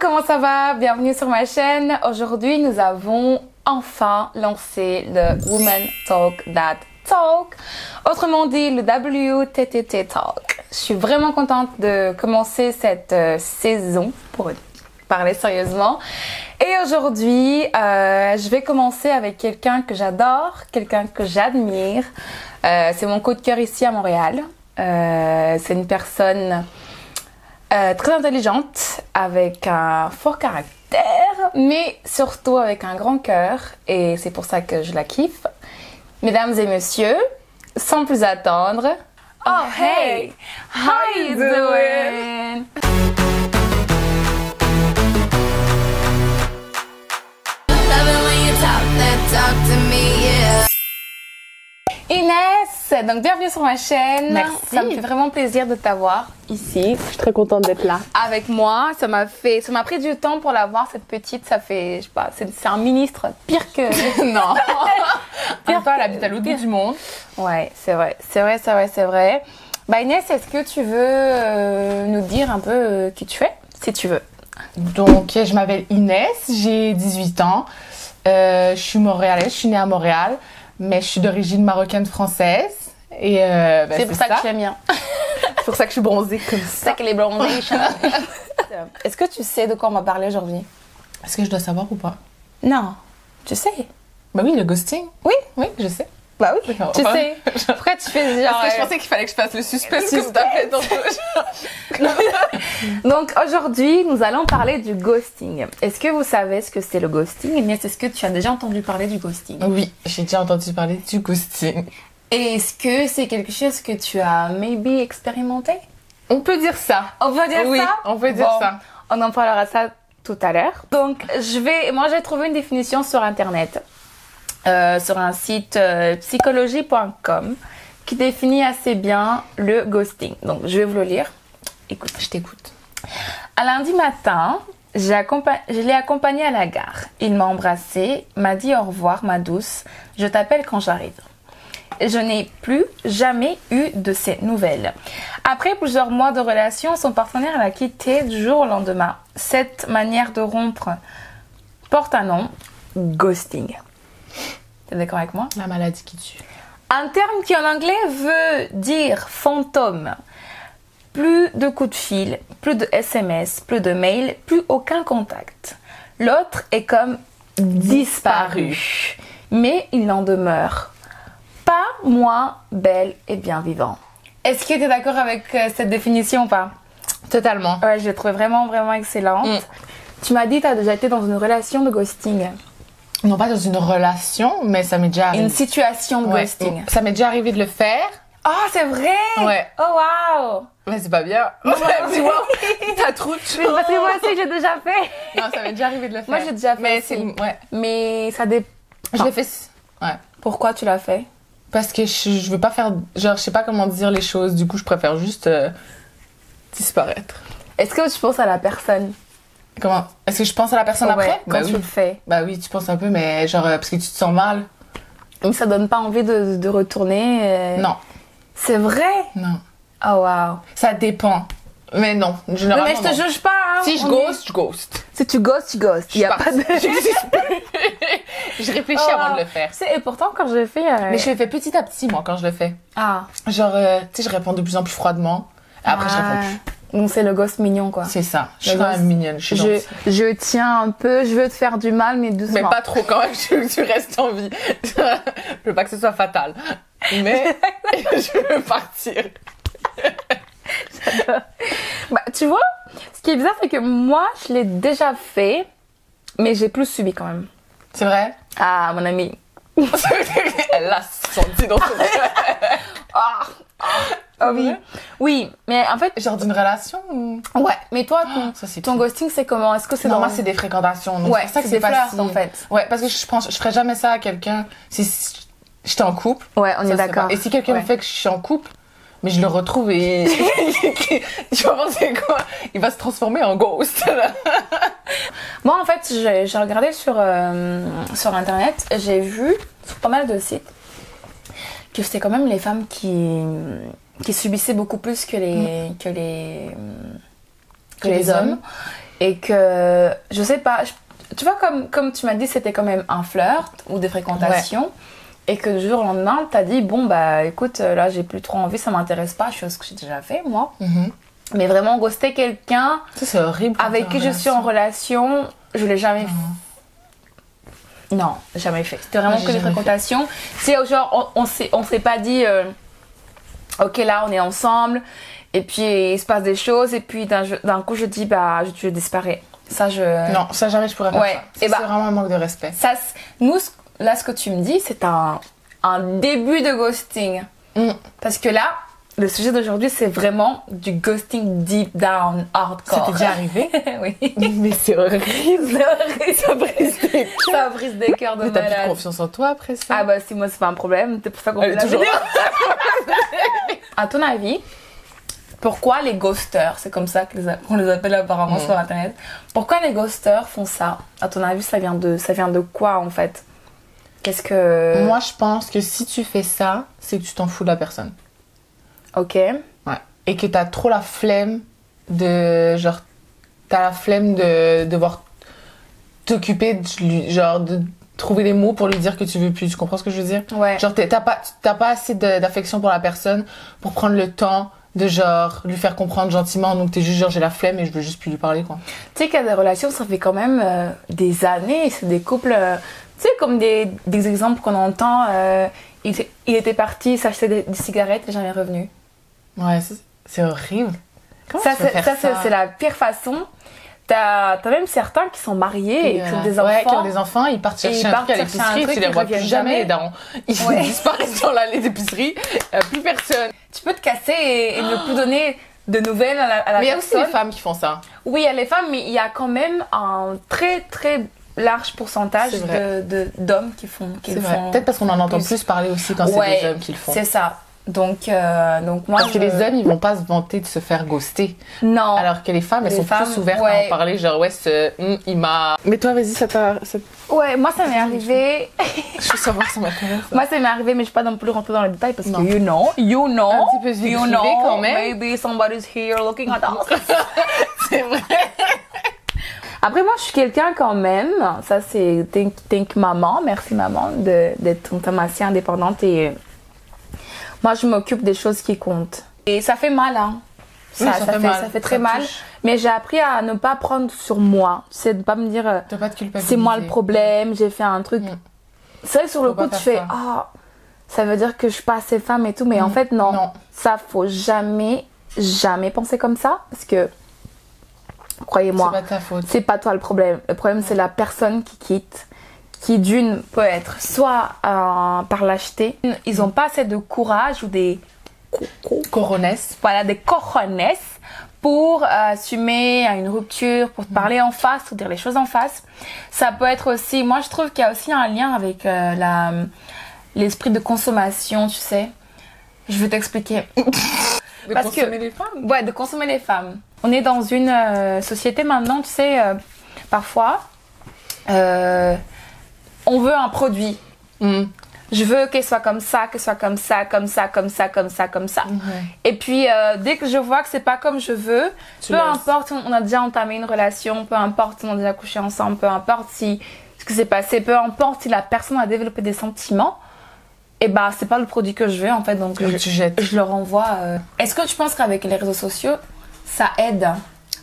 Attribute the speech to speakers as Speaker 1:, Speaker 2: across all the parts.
Speaker 1: comment ça va Bienvenue sur ma chaîne. Aujourd'hui, nous avons enfin lancé le Women Talk That Talk. Autrement dit, le WTTT Talk. Je suis vraiment contente de commencer cette euh, saison pour parler sérieusement. Et aujourd'hui, euh, je vais commencer avec quelqu'un que j'adore, quelqu'un que j'admire. Euh, c'est mon coup de cœur ici à Montréal. Euh, c'est une personne euh, très intelligente, avec un fort caractère, mais surtout avec un grand cœur, et c'est pour ça que je la kiffe. Mesdames et messieurs, sans plus attendre, oh hey, how you doing?
Speaker 2: Love it when you talk that talk to me, yeah.
Speaker 1: Inès, donc bienvenue sur ma chaîne.
Speaker 3: Merci.
Speaker 1: Ça me fait vraiment plaisir de t'avoir ici
Speaker 3: Je suis très contente d'être là.
Speaker 1: avec moi. Ça m'a fait, ça m'a pris du temps pour la voir cette petite. Ça fait, je sais pas, c'est c'est un ministre pire que non.
Speaker 4: Pire pas, elle habite à l'autre bout du monde.
Speaker 1: Ouais, c'est vrai, c'est vrai, c'est vrai, c'est vrai. Bah Inès, est-ce que tu veux euh, nous dire un peu euh, qui tu es Si tu veux.
Speaker 4: Donc, je m'appelle Inès, j'ai 18 ans. Euh, je suis montréalaise, je suis née à Montréal, mais je suis d'origine marocaine-française. Et euh, ben,
Speaker 1: c'est pour ça, que je l'aime bien.
Speaker 4: c'est pour ça que je suis bronzée comme
Speaker 1: C'est ça
Speaker 4: ça.
Speaker 1: qu'elle est blondée. est-ce que tu sais de quoi on va parler aujourd'hui
Speaker 4: Est-ce que je dois savoir ou pas
Speaker 1: Non. Tu sais
Speaker 4: Bah oui, le ghosting.
Speaker 1: Oui.
Speaker 4: Oui, je sais.
Speaker 1: Bah oui.
Speaker 4: D'accord.
Speaker 1: Tu
Speaker 4: Enfin,
Speaker 1: sais. Pourquoi tu fais genre
Speaker 4: Parce que je
Speaker 1: euh,
Speaker 4: pensais qu'il fallait que je fasse le suspense
Speaker 1: Le
Speaker 4: que t'as fait dans
Speaker 1: Donc aujourd'hui, nous allons parler du ghosting. Est-ce que vous savez ce que c'est le ghosting Inès, est-ce que tu as déjà entendu parler du ghosting
Speaker 4: Oui, j'ai déjà entendu parler du ghosting.
Speaker 1: Et est-ce que c'est quelque chose que tu as maybe expérimenté
Speaker 4: On peut dire ça.
Speaker 1: On peut dire
Speaker 4: oui,
Speaker 1: ça
Speaker 4: on peut dire
Speaker 1: Bon,
Speaker 4: ça.
Speaker 1: On en parlera ça tout à l'heure. Donc je vais, moi j'ai trouvé une définition sur internet, euh, sur un site euh, psychologie.com qui définit assez bien le ghosting. Donc je vais vous le lire. Écoute.
Speaker 4: Je t'écoute.
Speaker 1: Un lundi matin, j'ai accompa- je l'ai accompagné à la gare. Il m'a embrassé, m'a dit au revoir, ma douce. Je t'appelle quand j'arrive. Et Je n'ai plus jamais eu de ces nouvelles. Après plusieurs mois de relation, son partenaire l'a quitté du jour au lendemain. Cette manière de rompre porte un nom, ghosting. T'es d'accord avec moi
Speaker 4: La maladie qui tue.
Speaker 1: un terme qui en anglais veut dire fantôme. Plus de coups de fil, plus de SMS, plus de mails, plus aucun contact. L'autre est comme disparu. Mais il n'en demeure pas moins belle et bien vivant. Est-ce que tu es d'accord avec euh, cette définition ou pas
Speaker 4: Totalement.
Speaker 1: Ouais, je l'ai trouvée vraiment, vraiment excellente.
Speaker 4: Mm.
Speaker 1: Tu m'as dit que tu as déjà été dans une relation de ghosting.
Speaker 4: Non, pas dans une relation, mais ça m'est déjà arrivé.
Speaker 1: Une situation de
Speaker 4: Ouais.
Speaker 1: ghosting.
Speaker 4: Ça m'est déjà arrivé de le faire.
Speaker 1: Oh, c'est vrai
Speaker 4: Ouais.
Speaker 1: Oh, waouh
Speaker 4: Mais c'est pas bien.
Speaker 1: mais-
Speaker 4: Tu vois, t'as trop de choses.
Speaker 1: Parce que moi aussi, j'ai déjà fait.
Speaker 4: Non, ça m'est déjà arrivé de le faire.
Speaker 1: Moi, j'ai déjà fait
Speaker 4: Mais
Speaker 1: aussi.
Speaker 4: c'est. Ouais. Ah.
Speaker 1: Mais ça dépend.
Speaker 4: Je l'ai fait. Ouais.
Speaker 1: Pourquoi tu l'as fait
Speaker 4: Parce que je, je veux pas faire. Genre, je sais pas comment dire les choses. Du coup, je préfère juste euh, disparaître.
Speaker 1: Est-ce que tu penses à la personne
Speaker 4: Comment Est-ce que je pense à la personne après
Speaker 1: Ouais, quand
Speaker 4: Bah
Speaker 1: tu
Speaker 4: oui.
Speaker 1: le fais
Speaker 4: Bah oui, tu penses un peu, mais genre, euh, parce que tu te sens mal.
Speaker 1: Mais ça donne pas envie de, de retourner. euh,
Speaker 4: Non,
Speaker 1: C'est vrai
Speaker 4: non.
Speaker 1: Oh, waouh.
Speaker 4: Ça dépend. Mais non,
Speaker 1: Non,
Speaker 4: généralement.
Speaker 1: mais je te
Speaker 4: non.
Speaker 1: juge pas. hein.
Speaker 4: Si je
Speaker 1: On
Speaker 4: ghost, je ghost.
Speaker 1: est- Si tu ghostes, tu ghostes.
Speaker 4: Je
Speaker 1: Il y a
Speaker 4: pars.
Speaker 1: pas de.
Speaker 4: Je réfléchis
Speaker 1: Oh.
Speaker 4: avant de le faire.
Speaker 1: C'est et pourtant quand je fais. euh,
Speaker 4: Oh. Mais je le fais petit à petit, moi, quand je le fais.
Speaker 1: Ah.
Speaker 4: Genre, euh, tu sais, je réponds de plus en plus froidement. Et après, je réponds plus.
Speaker 1: réponds. Donc c'est le ghost mignon quoi.
Speaker 4: C'est ça. Je
Speaker 1: Mais
Speaker 4: suis quand
Speaker 1: moi,
Speaker 4: même mignonne. Je suis
Speaker 1: Je,
Speaker 4: gentille.
Speaker 1: je tiens un peu, je veux te faire du mal mais doucement.
Speaker 4: Mais pas trop quand même. Je veux que tu restes en vie. je veux pas que ce soit fatal. Mais je veux partir.
Speaker 1: Bah, tu vois, ce qui est bizarre, c'est que moi, je l'ai déjà fait, mais j'ai plus subi quand même.
Speaker 4: C'est vrai
Speaker 1: Ah, mon ami.
Speaker 4: Elle l'a senti dans son
Speaker 1: Ah, ah, ah oui. Oui, mais en fait,
Speaker 4: Genre d'une relation ou... Oh,
Speaker 1: ouais. Mais toi, ton,
Speaker 4: Ça, c'est
Speaker 1: ton ghosting, c'est comment Est-ce que c'est
Speaker 4: Non, moi,
Speaker 1: normal
Speaker 4: c'est des fréquentations. Donc
Speaker 1: Ouais,
Speaker 4: c'est pour ça que
Speaker 1: c'est
Speaker 4: c'est
Speaker 1: des
Speaker 4: pas
Speaker 1: flirts,
Speaker 4: si-
Speaker 1: en fait.
Speaker 4: Ouais, parce que je pense, je ferais jamais ça à quelqu'un si j'étais en couple.
Speaker 1: Ouais, on
Speaker 4: Ça,
Speaker 1: est
Speaker 4: c'est
Speaker 1: d'accord.
Speaker 4: pas- Et si quelqu'un
Speaker 1: Ouais.
Speaker 4: me fait que je suis en couple, mais je le retrouve et. tu vas penser quoi Il va se transformer en ghost. là.
Speaker 1: Moi, en fait, j'ai j'ai regardé sur, euh, sur internet, j'ai vu sur pas mal de sites que c'était quand même les femmes qui, qui subissaient beaucoup plus que Mm. les, que les, que les, hommes. et que je sais pas, je- tu vois comme comme tu m'as dit c'était quand même un flirt ou des fréquentations et que du jour au lendemain t'as dit bon bah écoute euh, là j'ai plus trop envie ça m'intéresse pas chose que j'ai déjà fait moi
Speaker 4: Mhm.
Speaker 1: mais vraiment ghoster quelqu'un
Speaker 4: Ça, c'est horrible. quand
Speaker 1: avec
Speaker 4: t'es en
Speaker 1: qui je suis en relation, je l'ai jamais fait. Non, jamais fait. C'était vraiment
Speaker 4: Moi, j'ai
Speaker 1: que des
Speaker 4: jamais
Speaker 1: fréquentations. C'est au genre, on, on s'est on s'est pas dit, euh, ok, là, on est ensemble, et puis il se passe des choses, et puis d'un je- d'un coup, je dis, bah, je, je disparais. Ça, je.
Speaker 4: Non, ça jamais je pourrais faire
Speaker 1: Ouais.
Speaker 4: ça.
Speaker 1: Eh
Speaker 4: Ça,
Speaker 1: bah.
Speaker 4: C'est vraiment un manque de respect.
Speaker 1: Ça, c- nous, ce- là, ce que tu me dis, c'est un, un début de ghosting.
Speaker 4: Mm.
Speaker 1: Parce que là, le sujet d'aujourd'hui, c'est vraiment du ghosting deep down,
Speaker 4: Ça
Speaker 1: hardcore.
Speaker 4: t'est déjà arrivé
Speaker 1: oui.
Speaker 4: Mais c'est horrible.
Speaker 1: ça brise des cœurs. Ça brise des cœurs de
Speaker 4: Mais T'as plus de
Speaker 1: malade.
Speaker 4: confiance en toi après ça.
Speaker 1: Ah bah si moi c'est pas un problème, c'est pour ça qu'on
Speaker 4: Elle
Speaker 1: fait
Speaker 4: est
Speaker 1: la
Speaker 4: toujours
Speaker 1: vidéo. à ton avis, pourquoi les ghosters, c'est comme ça que les a- qu'on les appelle
Speaker 4: Mm.
Speaker 1: apparemment sur internet, pourquoi les ghosters font ça À ton avis, ça vient de ça vient de quoi en fait Qu'est-ce que
Speaker 4: Euh, Moi, je pense que si tu fais ça, c'est que tu t'en fous de la personne.
Speaker 1: OK.
Speaker 4: Ouais. Et que t'as trop la flemme de. Genre, t'as la flemme de devoir t'occuper, de lui- genre, de trouver les mots pour lui dire que tu veux plus. Tu comprends ce que je veux dire
Speaker 1: Ouais.
Speaker 4: Genre, t'es- t'as pas, t'as pas assez de- d'affection pour la personne pour prendre le temps de, genre, lui faire comprendre gentiment. Donc, t'es juste, genre, j'ai la flemme et je veux juste plus lui parler, quoi.
Speaker 1: Tu sais qu'il y a des relations, ça fait quand même euh, des années, c'est des couples, euh, tu sais, comme des, des exemples qu'on entend, euh, il, il était parti s'acheter des, des cigarettes et jamais revenu.
Speaker 4: Ouais, c'est- c'est horrible. Comment
Speaker 1: ça,
Speaker 4: tu peux
Speaker 1: c'est, ça,
Speaker 4: faire
Speaker 1: c'est- c'est la pire façon. T'as, t'as même certains qui sont mariés et qui ont des enfants.
Speaker 4: euh, Ouais, qui ont des enfants, ils partent
Speaker 1: Et ils
Speaker 4: chercher un
Speaker 1: partent
Speaker 4: truc à
Speaker 1: chercher un
Speaker 4: l'épicerie,
Speaker 1: truc,
Speaker 4: tu les
Speaker 1: ils
Speaker 4: vois plus
Speaker 1: reviennent
Speaker 4: jamais,
Speaker 1: jamais.
Speaker 4: les darons. Ils
Speaker 1: Ouais.
Speaker 4: disparaissent dans l'allée d'épicerie, euh, plus personne.
Speaker 1: Tu peux te casser et, et ne plus donner de nouvelles à la, à la
Speaker 4: Mais il y a aussi
Speaker 1: personne.
Speaker 4: les femmes qui font ça.
Speaker 1: Oui, il y a les femmes, mais il y a quand même un très très large pourcentage
Speaker 4: C'est vrai.
Speaker 1: de, de- d'hommes qui font. Qui
Speaker 4: C'est
Speaker 1: le
Speaker 4: vrai.
Speaker 1: font.
Speaker 4: Peut-être parce qu'on en entend
Speaker 1: plus.
Speaker 4: plus parler aussi quand
Speaker 1: Ouais,
Speaker 4: c'est des hommes qui le font.
Speaker 1: C'est ça. Donc, euh, donc moi.
Speaker 4: Parce que
Speaker 1: je-
Speaker 4: les hommes, ils vont pas se vanter de se faire ghoster.
Speaker 1: Non.
Speaker 4: Alors que les femmes, elles
Speaker 1: Oh. Les
Speaker 4: sont
Speaker 1: femmes,
Speaker 4: plus ouvertes
Speaker 1: ouais.
Speaker 4: à en parler, genre ouais, ce, hum, il m'a. Mais toi, vas-y, ça t'a. ça-
Speaker 1: Ouais, moi ça m'est arrivé.
Speaker 4: Je veux savoir, ça m'a fait rire, ça.
Speaker 1: Moi, ça m'est arrivé, mais je ne vais pas non plus rentrer dans les détails parce
Speaker 4: Non.
Speaker 1: que you know, you know,
Speaker 4: Un petit peu vie
Speaker 1: you
Speaker 4: privée
Speaker 1: know,
Speaker 4: quand même.
Speaker 1: maybe somebody's here looking at us.
Speaker 4: C'est vrai.
Speaker 1: Après, moi, je suis quelqu'un quand même, ça c'est Think, think Maman, merci maman de- d'être une femme assez indépendante et euh, moi, je m'occupe des choses qui comptent. Et ça fait mal, hein. Ça,
Speaker 4: Oui,
Speaker 1: ça, fait, ça fait très
Speaker 4: te
Speaker 1: mal,
Speaker 4: touche.
Speaker 1: mais j'ai appris à ne pas prendre sur moi. C'est de pas me dire euh,
Speaker 4: T'as pas de culpabilité.
Speaker 1: c'est moi le problème, j'ai fait un truc.
Speaker 4: Mm.
Speaker 1: C'est vrai que sur le
Speaker 4: Faut pas
Speaker 1: coup, tu
Speaker 4: faire
Speaker 1: fais
Speaker 4: ça. Mm.
Speaker 1: Ah, ça veut dire que je suis pas assez femme et tout, mais en fait, non.
Speaker 4: Non.
Speaker 1: Ça, faut jamais, jamais penser comme ça parce que, croyez-moi,
Speaker 4: C'est pas ta faute.
Speaker 1: c'est pas toi le problème. Le problème, c'est la personne qui quitte, qui d'une peut être soit euh, par lâcheté, ils ont pas assez de courage ou des
Speaker 4: Coronesse.
Speaker 1: voilà, des cojones pour euh, assumer une rupture, pour parler en face ou dire les choses en face. Ça peut être aussi, moi je trouve qu'il y a aussi un lien avec euh, la l'esprit de consommation, tu sais. Je vais t'expliquer. Parce que-
Speaker 4: consommer les femmes.
Speaker 1: Ouais, de consommer les femmes. On est dans une euh, société maintenant, tu sais, euh, parfois, euh, on veut un produit.
Speaker 4: Hum.
Speaker 1: Je veux qu'elle soit comme ça, qu'elle soit comme ça, comme ça, comme ça, comme ça, comme ça. Et puis, euh, dès que je vois que c'est pas comme je veux,
Speaker 4: Tu
Speaker 1: peu
Speaker 4: laisses.
Speaker 1: importe, on a déjà entamé une relation, peu importe, on a déjà couché ensemble, peu importe si ce qui s'est passé, peu importe si la personne a développé des sentiments, et bah c'est pas le produit que je veux en fait, donc
Speaker 4: Que
Speaker 1: je,
Speaker 4: tu jettes.
Speaker 1: je le renvoie. euh. Est-ce que tu penses qu'avec les réseaux sociaux, ça aide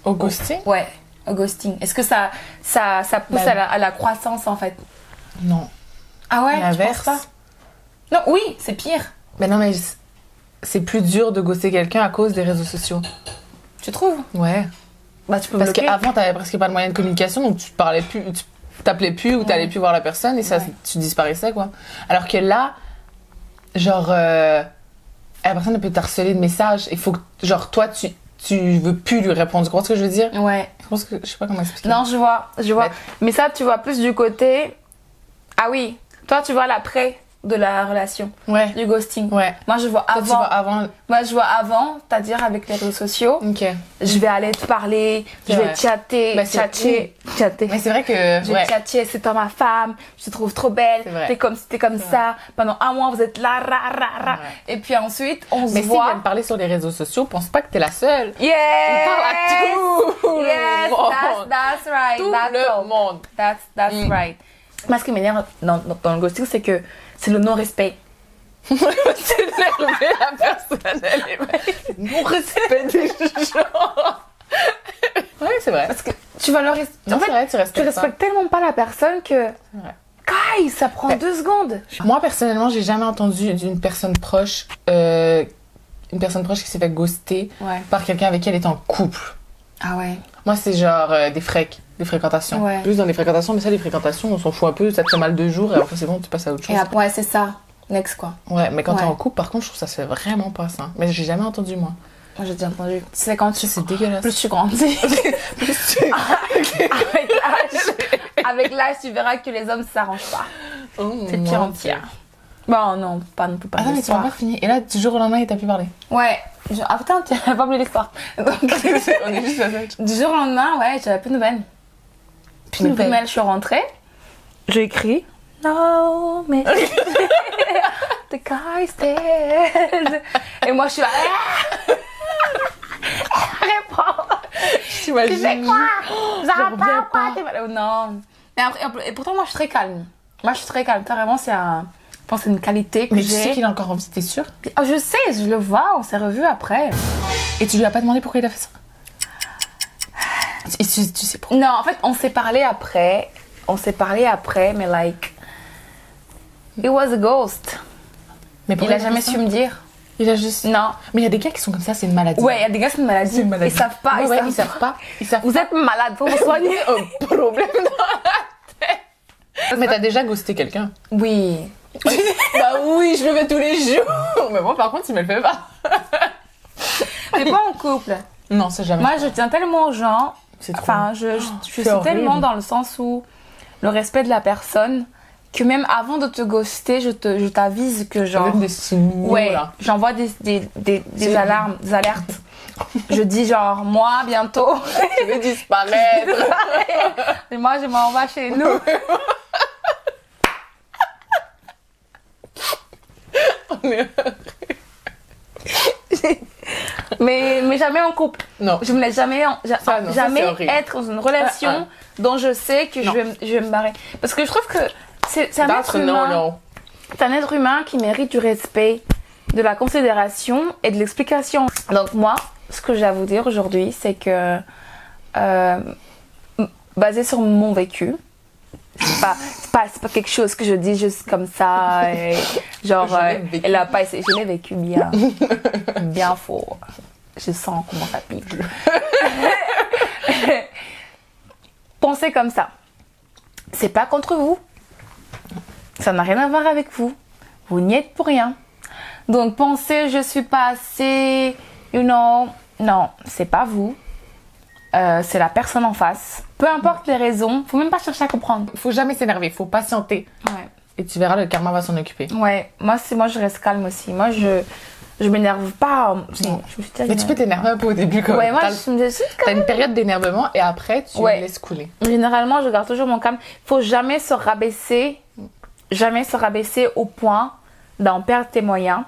Speaker 4: Au ghosting
Speaker 1: Ouais, au ghosting. Est-ce que ça, ça, ça pousse
Speaker 4: Bah,
Speaker 1: à, la, à la croissance en fait
Speaker 4: Non.
Speaker 1: Ah ouais tu penses
Speaker 4: L'inverse.
Speaker 1: pas Non, oui, c'est pire,
Speaker 4: Mais non, mais c'est plus dur de ghoster quelqu'un à cause des réseaux sociaux.
Speaker 1: tu trouves
Speaker 4: Ouais.
Speaker 1: Bah tu peux
Speaker 4: Parce
Speaker 1: bloquer.
Speaker 4: qu'avant, t'avais presque pas de moyen de communication, donc tu parlais plus, tu t'appelais plus ou t'allais plus voir la personne et ça,
Speaker 1: Ouais.
Speaker 4: tu disparaissais, quoi. Alors que là, genre, euh, la personne, elle peut t'harceler de messages. Il faut que, genre, toi, tu, tu veux plus lui répondre. Tu comprends ce que je veux dire
Speaker 1: Ouais.
Speaker 4: Je pense que, je sais pas comment expliquer.
Speaker 1: Non, je vois, je vois.
Speaker 4: Mais-
Speaker 1: Mais ça, tu vois plus du côté. Ah oui, toi, tu vois l'après. de la relation,
Speaker 4: Ouais.
Speaker 1: du ghosting.
Speaker 4: Ouais.
Speaker 1: Moi, je vois
Speaker 4: Toi, tu
Speaker 1: avant.
Speaker 4: vois avant.
Speaker 1: Moi, je vois avant, c'est-à-dire avec les réseaux sociaux.
Speaker 4: Ok.
Speaker 1: Je vais aller te parler, je
Speaker 4: C'est
Speaker 1: vais
Speaker 4: vrai.
Speaker 1: chatter,
Speaker 4: Bah, c'est- Bah,
Speaker 1: tchatcher, tchatter.
Speaker 4: Mais c'est vrai que.
Speaker 1: Je vais
Speaker 4: ouais.
Speaker 1: tchatcher, c'est pas ma femme, je te trouve trop
Speaker 4: C'est
Speaker 1: belle,
Speaker 4: vrai.
Speaker 1: t'es comme, t'es comme ça. Pendant un mois, vous êtes là, ra, ra, ra. Et puis ensuite, on se
Speaker 4: Mais si tu
Speaker 1: voit.
Speaker 4: me parler sur les réseaux sociaux, pense pas que t'es la seule.
Speaker 1: Yes!
Speaker 4: On parle à tout
Speaker 1: Yes,
Speaker 4: le monde.
Speaker 1: that's, that's right.
Speaker 4: Tout
Speaker 1: that's
Speaker 4: le
Speaker 1: all.
Speaker 4: monde.
Speaker 1: That's, that's
Speaker 4: Mm.
Speaker 1: right. Moi, ce qui m'énerve dans, dans, dans le ghosting, c'est que c'est le non-respect.
Speaker 4: C'est énervé la personne, elle est Non respect des gens. Ouais, c'est vrai.
Speaker 1: Parce que tu vas le respecter.
Speaker 4: Non,
Speaker 1: En
Speaker 4: c'est
Speaker 1: fait,
Speaker 4: vrai, tu respectes.
Speaker 1: tu
Speaker 4: pas.
Speaker 1: respectes tellement pas la personne que. Kai, ça prend
Speaker 4: Ouais.
Speaker 1: deux secondes.
Speaker 4: Moi, personnellement, j'ai jamais entendu d'une personne proche, euh, une personne proche qui s'est fait ghoster
Speaker 1: Ouais.
Speaker 4: par quelqu'un avec qui elle était en couple.
Speaker 1: Ah ouais.
Speaker 4: Moi, c'est genre euh, des frecs, des fréquentations.
Speaker 1: Ouais.
Speaker 4: Plus dans les fréquentations, mais ça, les fréquentations, on s'en fout un peu, ça te fait mal deux jours et après, c'est bon, tu passes à autre chose.
Speaker 1: Et après, ouais, c'est ça. Next, quoi.
Speaker 4: Ouais, mais quand t'es
Speaker 1: Ouais.
Speaker 4: en couple, par contre, je trouve que ça se fait vraiment pas ça. Mais j'ai jamais entendu, moi.
Speaker 1: Moi, j'ai déjà entendu. C'est quand tu.
Speaker 4: C'est dégueulasse.
Speaker 1: Plus tu grandis. avec l'âge, avec l'âge, tu verras que les hommes s'arrangent pas. Oh, C'est de pire en pire. Bon, non, pas non plus pas
Speaker 4: Attends, Ah mais tu m'as
Speaker 1: l'histoire.
Speaker 4: pas fini. Et là, du jour au lendemain, il t'a plus parlé.
Speaker 1: Ouais. Je- Ah putain, tu n'as pas oublié l'histoire. Donc,
Speaker 4: on est juste à ça.
Speaker 1: du jour au lendemain, ouais, j'avais plus de nouvelles. Plus de
Speaker 4: nouvelles.
Speaker 1: nouvelles, je suis rentrée. J'ai écrit. No, mais. The guy is dead. Et moi, je suis là. Ah, Réponds. Tu fais
Speaker 4: T'imagines
Speaker 1: quoi Ça
Speaker 4: je
Speaker 1: va
Speaker 4: reviens
Speaker 1: pas, pas,
Speaker 4: pas.
Speaker 1: t'es malade. Non. Mais après- et pourtant, moi, je suis très calme. Moi, je suis très calme. Carrément, c'est un. Je pense que c'est une qualité que
Speaker 4: Mais tu sais
Speaker 1: j'ai.
Speaker 4: qu'il est encore en vie, t'es sûre
Speaker 1: Ah, je sais, je le vois, on s'est revus après.
Speaker 4: Et tu lui as pas demandé pourquoi il a fait ça Et tu, tu sais pourquoi
Speaker 1: Non, en fait, on s'est parlé après. On s'est parlé après, mais like. It was a ghost.
Speaker 4: mais
Speaker 1: Il
Speaker 4: pourquoi
Speaker 1: a
Speaker 4: fait
Speaker 1: jamais
Speaker 4: ça
Speaker 1: su me dire.
Speaker 4: Il a juste.
Speaker 1: Non.
Speaker 4: Mais il y a des gars qui sont comme ça, c'est une maladie.
Speaker 1: Ouais, il y a des gars, c'est une maladie.
Speaker 4: c'est une maladie.
Speaker 1: Ils savent pas.
Speaker 4: Ouais,
Speaker 1: ils,
Speaker 4: ouais,
Speaker 1: savent
Speaker 4: ils savent pas. Ils savent
Speaker 1: Vous êtes malade, faut vous soigner.
Speaker 4: un problème Mais t'as déjà ghosté quelqu'un
Speaker 1: Oui.
Speaker 4: Bah oui, je le fais tous les jours. Mais moi, par contre, il me le fait pas.
Speaker 1: Mais pas en couple.
Speaker 4: Non, c'est jamais.
Speaker 1: Moi, je tiens tellement aux gens.
Speaker 4: C'est trop.
Speaker 1: Enfin, je, je, je suis
Speaker 4: c'est horrible.
Speaker 1: tellement dans le sens où le respect de la personne que même avant de te ghoster, je te, je t'avise que
Speaker 4: J'en
Speaker 1: genre.
Speaker 4: veux des signaux,
Speaker 1: Ouais,
Speaker 4: là.
Speaker 1: j'envoie des, des, des, des
Speaker 4: C'est-
Speaker 1: alarmes, des alertes. Je dis genre, moi, bientôt.
Speaker 4: Je vais disparaître.
Speaker 1: Et moi, je m'en vais chez nous. mais, mais jamais en couple.
Speaker 4: non.
Speaker 1: Je me laisse jamais, en- ja-
Speaker 4: Ça, non, ça,
Speaker 1: jamais
Speaker 4: c'est horrible.
Speaker 1: être dans une relation
Speaker 4: Ah,
Speaker 1: dont je sais que je
Speaker 4: Non.
Speaker 1: vais, me- je vais me barrer. Parce que je trouve que c'est c'est un être
Speaker 4: D'autres, non,
Speaker 1: humain.
Speaker 4: non.
Speaker 1: C'est un être humain qui mérite du respect, de la considération et de l'explication. Donc moi, ce que j'ai à vous dire aujourd'hui, c'est que euh, m- basé sur mon vécu, c'est pas, c'est pas, c'est pas quelque chose que je dis juste comme ça, et genre
Speaker 4: Je l'ai
Speaker 1: euh,
Speaker 4: vécu.
Speaker 1: elle a pas essayé, je l'ai vécu bien, bien fort. Je sens comment ça pique. Pensez comme ça. C'est pas contre vous. Ça n'a rien à voir avec vous. Vous n'y êtes pour rien. Donc pensez, je suis pas assez, you know. Non, c'est pas vous. Euh, c'est la personne en face. Peu importe les raisons, faut même pas chercher à comprendre.
Speaker 4: Faut jamais s'énerver, faut patienter.
Speaker 1: Ouais.
Speaker 4: Et tu verras, le karma va s'en occuper.
Speaker 1: Ouais. Moi, c'est moi, je reste calme aussi. Moi, je je m'énerve pas. Je, je me suis déjà
Speaker 4: Mais tu peux
Speaker 1: énervée.
Speaker 4: t'énerver un peu au début quand
Speaker 1: Ouais,
Speaker 4: même.
Speaker 1: moi,
Speaker 4: T'as-
Speaker 1: je me suis
Speaker 4: T'as une période d'énervement et après, tu
Speaker 1: Ouais.
Speaker 4: laisses couler.
Speaker 1: Généralement, je garde toujours mon calme. Faut jamais se rabaisser, jamais se rabaisser au point d'en perdre tes moyens.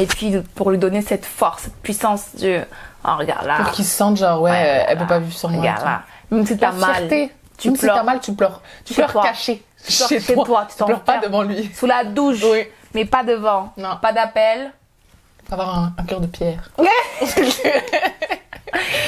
Speaker 1: Et puis pour lui donner cette force, cette puissance de oh regarde là,
Speaker 4: Pour qu'ils se sentent genre, ouais, euh, elle peut pas vivre sans moi.
Speaker 1: regarde là, même si t'as
Speaker 4: La
Speaker 1: mal,
Speaker 4: fierté.
Speaker 1: tu
Speaker 4: Même si t'as
Speaker 1: pleures
Speaker 4: mal, tu pleures. Tu
Speaker 1: Chez
Speaker 4: pleures
Speaker 1: toi.
Speaker 4: caché.
Speaker 1: Tu pleures chez toi, tu
Speaker 4: Tu pleures pas
Speaker 1: t'enfermes.
Speaker 4: devant lui.
Speaker 1: sous la douche,
Speaker 4: Oui.
Speaker 1: mais pas devant,
Speaker 4: Non.
Speaker 1: pas d'appel.
Speaker 4: Faut avoir un, un cœur de pierre.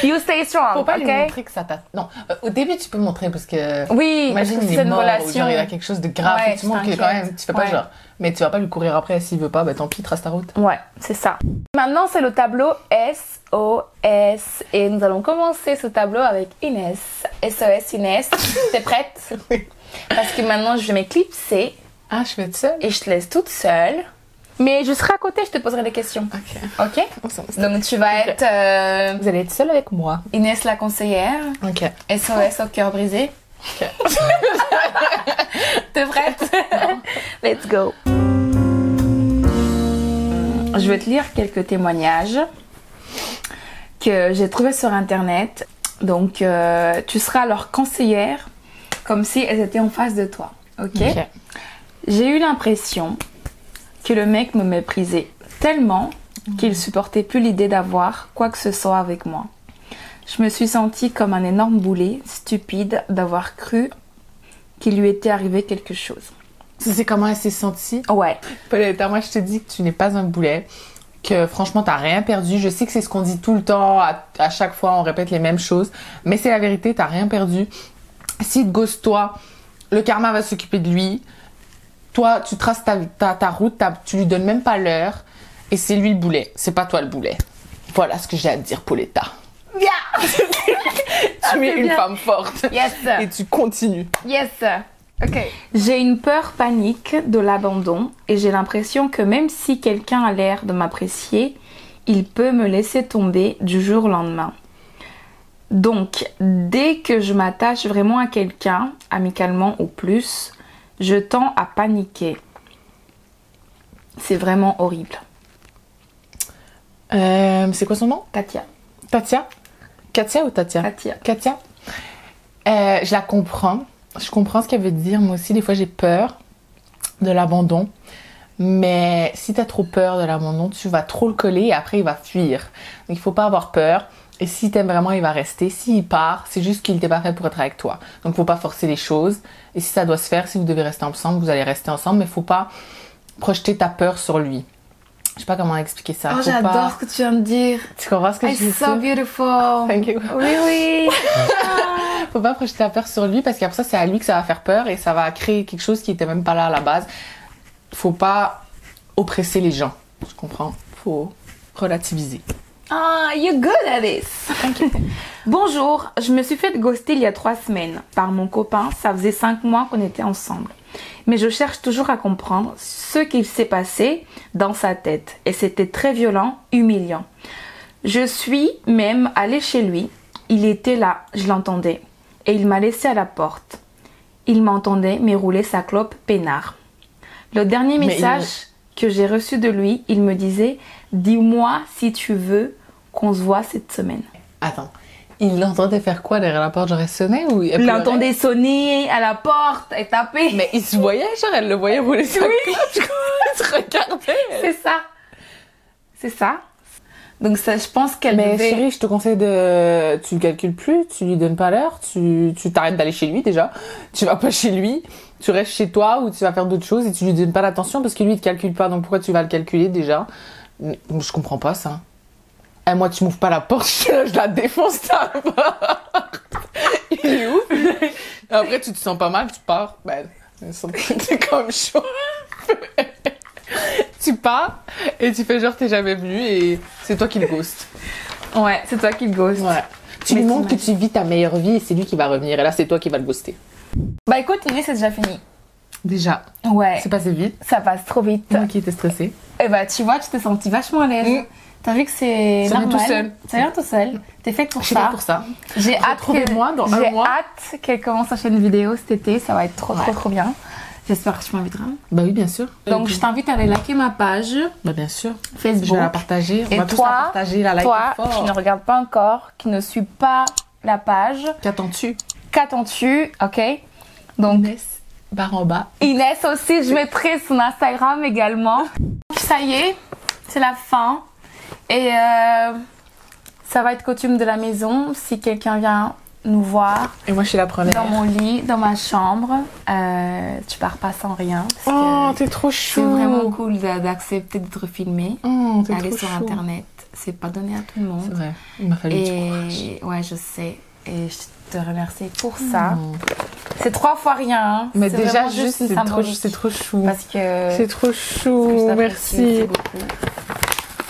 Speaker 1: You stay strong,
Speaker 4: Faut pas
Speaker 1: ok
Speaker 4: lui montrer que ça t'a. Non, euh, au début, tu peux montrer parce que.
Speaker 1: Oui, parce
Speaker 4: Imagine,
Speaker 1: que
Speaker 4: il
Speaker 1: c'est
Speaker 4: est
Speaker 1: une
Speaker 4: mort, ou
Speaker 1: relation.
Speaker 4: genre, il y a quelque chose de grave.
Speaker 1: Ouais,
Speaker 4: Faut que tu montres que quand
Speaker 1: t'inquiète.
Speaker 4: même, tu fais pas
Speaker 1: Ouais.
Speaker 4: genre. Mais tu vas pas lui courir après s'il veut pas, bah tant pis, trace ta route.
Speaker 1: Ouais, c'est ça. Maintenant, c'est le tableau SOS. Et nous allons commencer ce tableau avec Inès. SOS Inès, t'es prête
Speaker 4: Oui.
Speaker 1: Parce que maintenant, je vais m'éclipser
Speaker 4: Ah, je vais être seule.
Speaker 1: et je te laisse toute seule. Mais je serai à côté, je te poserai des questions.
Speaker 4: Ok.
Speaker 1: Ok Donc, tu vas être euh,
Speaker 4: Vous allez être seule avec moi.
Speaker 1: Inès la conseillère,
Speaker 4: Ok.
Speaker 1: SOS au cœur brisé. T'es prête Let's go. Je vais te lire quelques témoignages que j'ai trouvés sur internet. Donc, euh, tu seras leur conseillère comme si elles étaient en face de toi. ok.
Speaker 4: Ok.
Speaker 1: J'ai eu l'impression que le mec me méprisait tellement qu'il supportait plus l'idée d'avoir quoi que ce soit avec moi. Je me suis sentie comme un énorme boulet, stupide, d'avoir cru qu'il lui était arrivé quelque chose.
Speaker 4: Ça, c'est comment elle s'est sentie.
Speaker 1: Ouais.
Speaker 4: Paulette, moi, je te dis que tu n'es pas un boulet. Que franchement, t'as rien perdu. Je sais que c'est ce qu'on dit tout le temps. À, à chaque fois, on répète les mêmes choses. Mais c'est la vérité, t'as rien perdu. Si te gosse toi, le karma va s'occuper de lui. Toi, tu traces ta, ta, ta route, ta- tu lui donnes même pas l'heure. Et c'est lui le boulet. C'est pas toi le boulet. Voilà ce que j'ai à te dire, Pauletta. tu es
Speaker 1: c'est
Speaker 4: une
Speaker 1: bien.
Speaker 4: femme forte.
Speaker 1: Yes.
Speaker 4: Et tu continues.
Speaker 1: Yes. Ok. J'ai une peur panique de l'abandon et j'ai l'impression que même si quelqu'un a l'air de m'apprécier, il peut me laisser tomber du jour au lendemain. Donc, dès que je m'attache vraiment à quelqu'un, amicalement ou plus, je tends à paniquer. C'est vraiment horrible.
Speaker 4: Euh, c'est quoi son nom
Speaker 1: Katia,
Speaker 4: Tatia Katia ou Tatia
Speaker 1: Katia.
Speaker 4: Katia, euh, je la comprends. Je comprends ce qu'elle veut dire. Moi aussi, des fois, j'ai peur de l'abandon. Mais si t'as trop peur de l'abandon, tu vas trop le coller et après, il va fuir. Donc, il faut pas avoir peur. Et si t'aimes vraiment, il va rester. S'il part, c'est juste qu'il n'était pas fait pour être avec toi. Donc, faut pas forcer les choses. Et si ça doit se faire, si vous devez rester ensemble, vous allez rester ensemble. Mais faut pas projeter ta peur sur lui. Je sais pas comment expliquer ça. Faut pas-
Speaker 1: Oh, que tu viens de dire.
Speaker 4: Tu comprends ce que je veux dire?
Speaker 1: beautiful.
Speaker 4: Thank you.
Speaker 1: Oui, oui.
Speaker 4: Faut pas projeter la peur sur lui parce qu'après ça, c'est à lui que ça va faire peur et ça va créer quelque chose qui était même pas là à la base. Faut pas oppresser les gens. Je comprends. Faut relativiser.
Speaker 1: Ah, you're good at this. Bonjour, je me suis fait ghoster il y a trois semaines par mon copain. Ça faisait cinq mois qu'on était ensemble. Mais je cherche toujours à comprendre ce qu'il s'est passé dans sa tête. Et c'était très violent, humiliant. Je suis même allée chez lui. Il était là, je l'entendais. Et il m'a laissé à la porte. Il m'entendait mais rouler sa clope peinard. Le dernier
Speaker 4: Mais il-
Speaker 1: message que j'ai reçu de lui, il me disait Dis-moi si tu veux qu'on se voit cette semaine.
Speaker 4: Attends. Il l'entendait faire quoi derrière la porte J'aurais sonné ou elle
Speaker 1: Il
Speaker 4: pleurait
Speaker 1: l'entendait sonner à la porte et taper.
Speaker 4: Mais il se voyait, genre elle le voyait rouler sa clope. Elle se regardait.
Speaker 1: C'est ça. C'est ça. Donc ça, je pense qu'elle
Speaker 4: Mais
Speaker 1: devait...
Speaker 4: chérie, je te conseille de. Tu le calcules plus, tu lui donnes pas l'heure, tu tu t'arrêtes d'aller chez lui déjà. Tu vas pas chez lui, tu restes chez toi ou tu vas faire d'autres choses et tu lui donnes pas l'attention parce que lui il te calcule pas. Donc pourquoi tu vas le calculer déjà Mm, Je comprends pas ça. Eh, moi, tu m'ouvres pas la porte, je, je la défonce ta porte. Il est ouf. Et Après, tu te sens pas mal, tu pars. Ben, c'est comme chaud. tu pars et tu fais genre t'es jamais venu et c'est toi qui le ghost.
Speaker 1: Ouais, c'est toi qui le ghost.
Speaker 4: Ouais. Tu
Speaker 1: Mais
Speaker 4: lui montres que
Speaker 1: t'imagines.
Speaker 4: tu vis ta meilleure vie et c'est lui qui va revenir. Et là, c'est toi qui vas le booster.
Speaker 1: Bah écoute, Inès, c'est déjà fini.
Speaker 4: Déjà,
Speaker 1: Ouais,
Speaker 4: passé vite.
Speaker 1: ça passe trop vite.
Speaker 4: Moi qui étais stressée.
Speaker 1: Et bah tu vois, tu t'es senti vachement à l'aise.
Speaker 4: Mm.
Speaker 1: T'as vu que c'est
Speaker 4: Ça vient
Speaker 1: normal.
Speaker 4: tout seul.
Speaker 1: Ça vient tout seul. T'es faite pour
Speaker 4: Je suis là
Speaker 1: ça.
Speaker 4: pour ça.
Speaker 1: J'ai hâte qu'elle
Speaker 4: Retrouvez-moi dans un
Speaker 1: j'ai
Speaker 4: mois.
Speaker 1: hâte qu'elle commence sa chaîne vidéo cet été. Ça va être trop trop trop bien. J'espère que tu m'inviteras.
Speaker 4: Bah oui, bien sûr.
Speaker 1: Donc je t'invite à aller liker ma page
Speaker 4: Bah bien sûr. Je
Speaker 1: Facebook.
Speaker 4: vais la partager. On
Speaker 1: Et
Speaker 4: va tous la
Speaker 1: toi,
Speaker 4: partager, la liker
Speaker 1: Toi qui
Speaker 4: fort.
Speaker 1: ne regarde pas encore, qui ne suit pas la page,
Speaker 4: Qu'attends-tu
Speaker 1: qu'attends-tu Ok. Donc
Speaker 4: Inès, barre en bas.
Speaker 1: Inès aussi, je mettrai son Instagram également. Ça y est, c'est la fin. Et euh, ça va être coutume de la maison. Si quelqu'un vient nous voir
Speaker 4: Et moi, je suis la
Speaker 1: dans
Speaker 4: première.
Speaker 1: mon lit, dans ma chambre, euh, tu pars pas sans rien.
Speaker 4: Oh,
Speaker 1: parce que
Speaker 4: t'es trop
Speaker 1: c'est
Speaker 4: chou.
Speaker 1: vraiment cool d'a- d'accepter d'être filmé.
Speaker 4: Oh, t'es
Speaker 1: Aller
Speaker 4: trop
Speaker 1: sur
Speaker 4: chou.
Speaker 1: internet, c'est pas donné à tout le
Speaker 4: C'est
Speaker 1: monde.
Speaker 4: vrai. Il m'a fallu du courage.
Speaker 1: Et ouais, je sais. Et je te remercie pour ça.
Speaker 4: Mm.
Speaker 1: C'est trois fois rien. hein.
Speaker 4: Mais
Speaker 1: C'est
Speaker 4: déjà,
Speaker 1: vraiment
Speaker 4: juste, c'est
Speaker 1: symbolique.
Speaker 4: trop, c'est trop chou.
Speaker 1: Parce que.
Speaker 4: C'est trop
Speaker 1: je
Speaker 4: chou.
Speaker 1: t'apprécie
Speaker 4: Merci.
Speaker 1: beaucoup.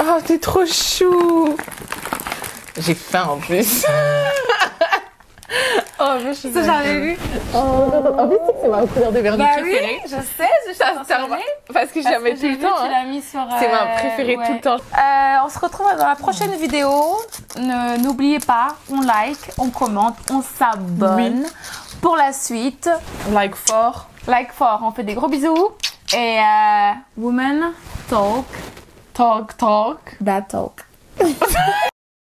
Speaker 4: Oh, t'es trop chou. J'ai faim en plus.
Speaker 1: Oh, mais je sais, j'avais vu.
Speaker 4: En plus, c'est ma couleur de vernis
Speaker 1: Bah oui, je sais, je suis
Speaker 4: Ça sert
Speaker 1: impressionnée.
Speaker 4: Parce que je la
Speaker 1: Parce que
Speaker 4: mets tout
Speaker 1: j'ai
Speaker 4: le
Speaker 1: vu,
Speaker 4: temps.
Speaker 1: Tu
Speaker 4: hein.
Speaker 1: l'as mis sur.
Speaker 4: C'est ma
Speaker 1: euh,
Speaker 4: préférée tout
Speaker 1: ouais.
Speaker 4: le temps.
Speaker 1: Euh, on se retrouve dans la prochaine vidéo. Ne- N'oubliez pas, on like, on commente, on s'abonne. pour la suite.
Speaker 4: Like fort.
Speaker 1: Like fort, on fait des gros bisous. Et euh, woman talk
Speaker 4: Talk, talk.
Speaker 1: that talk.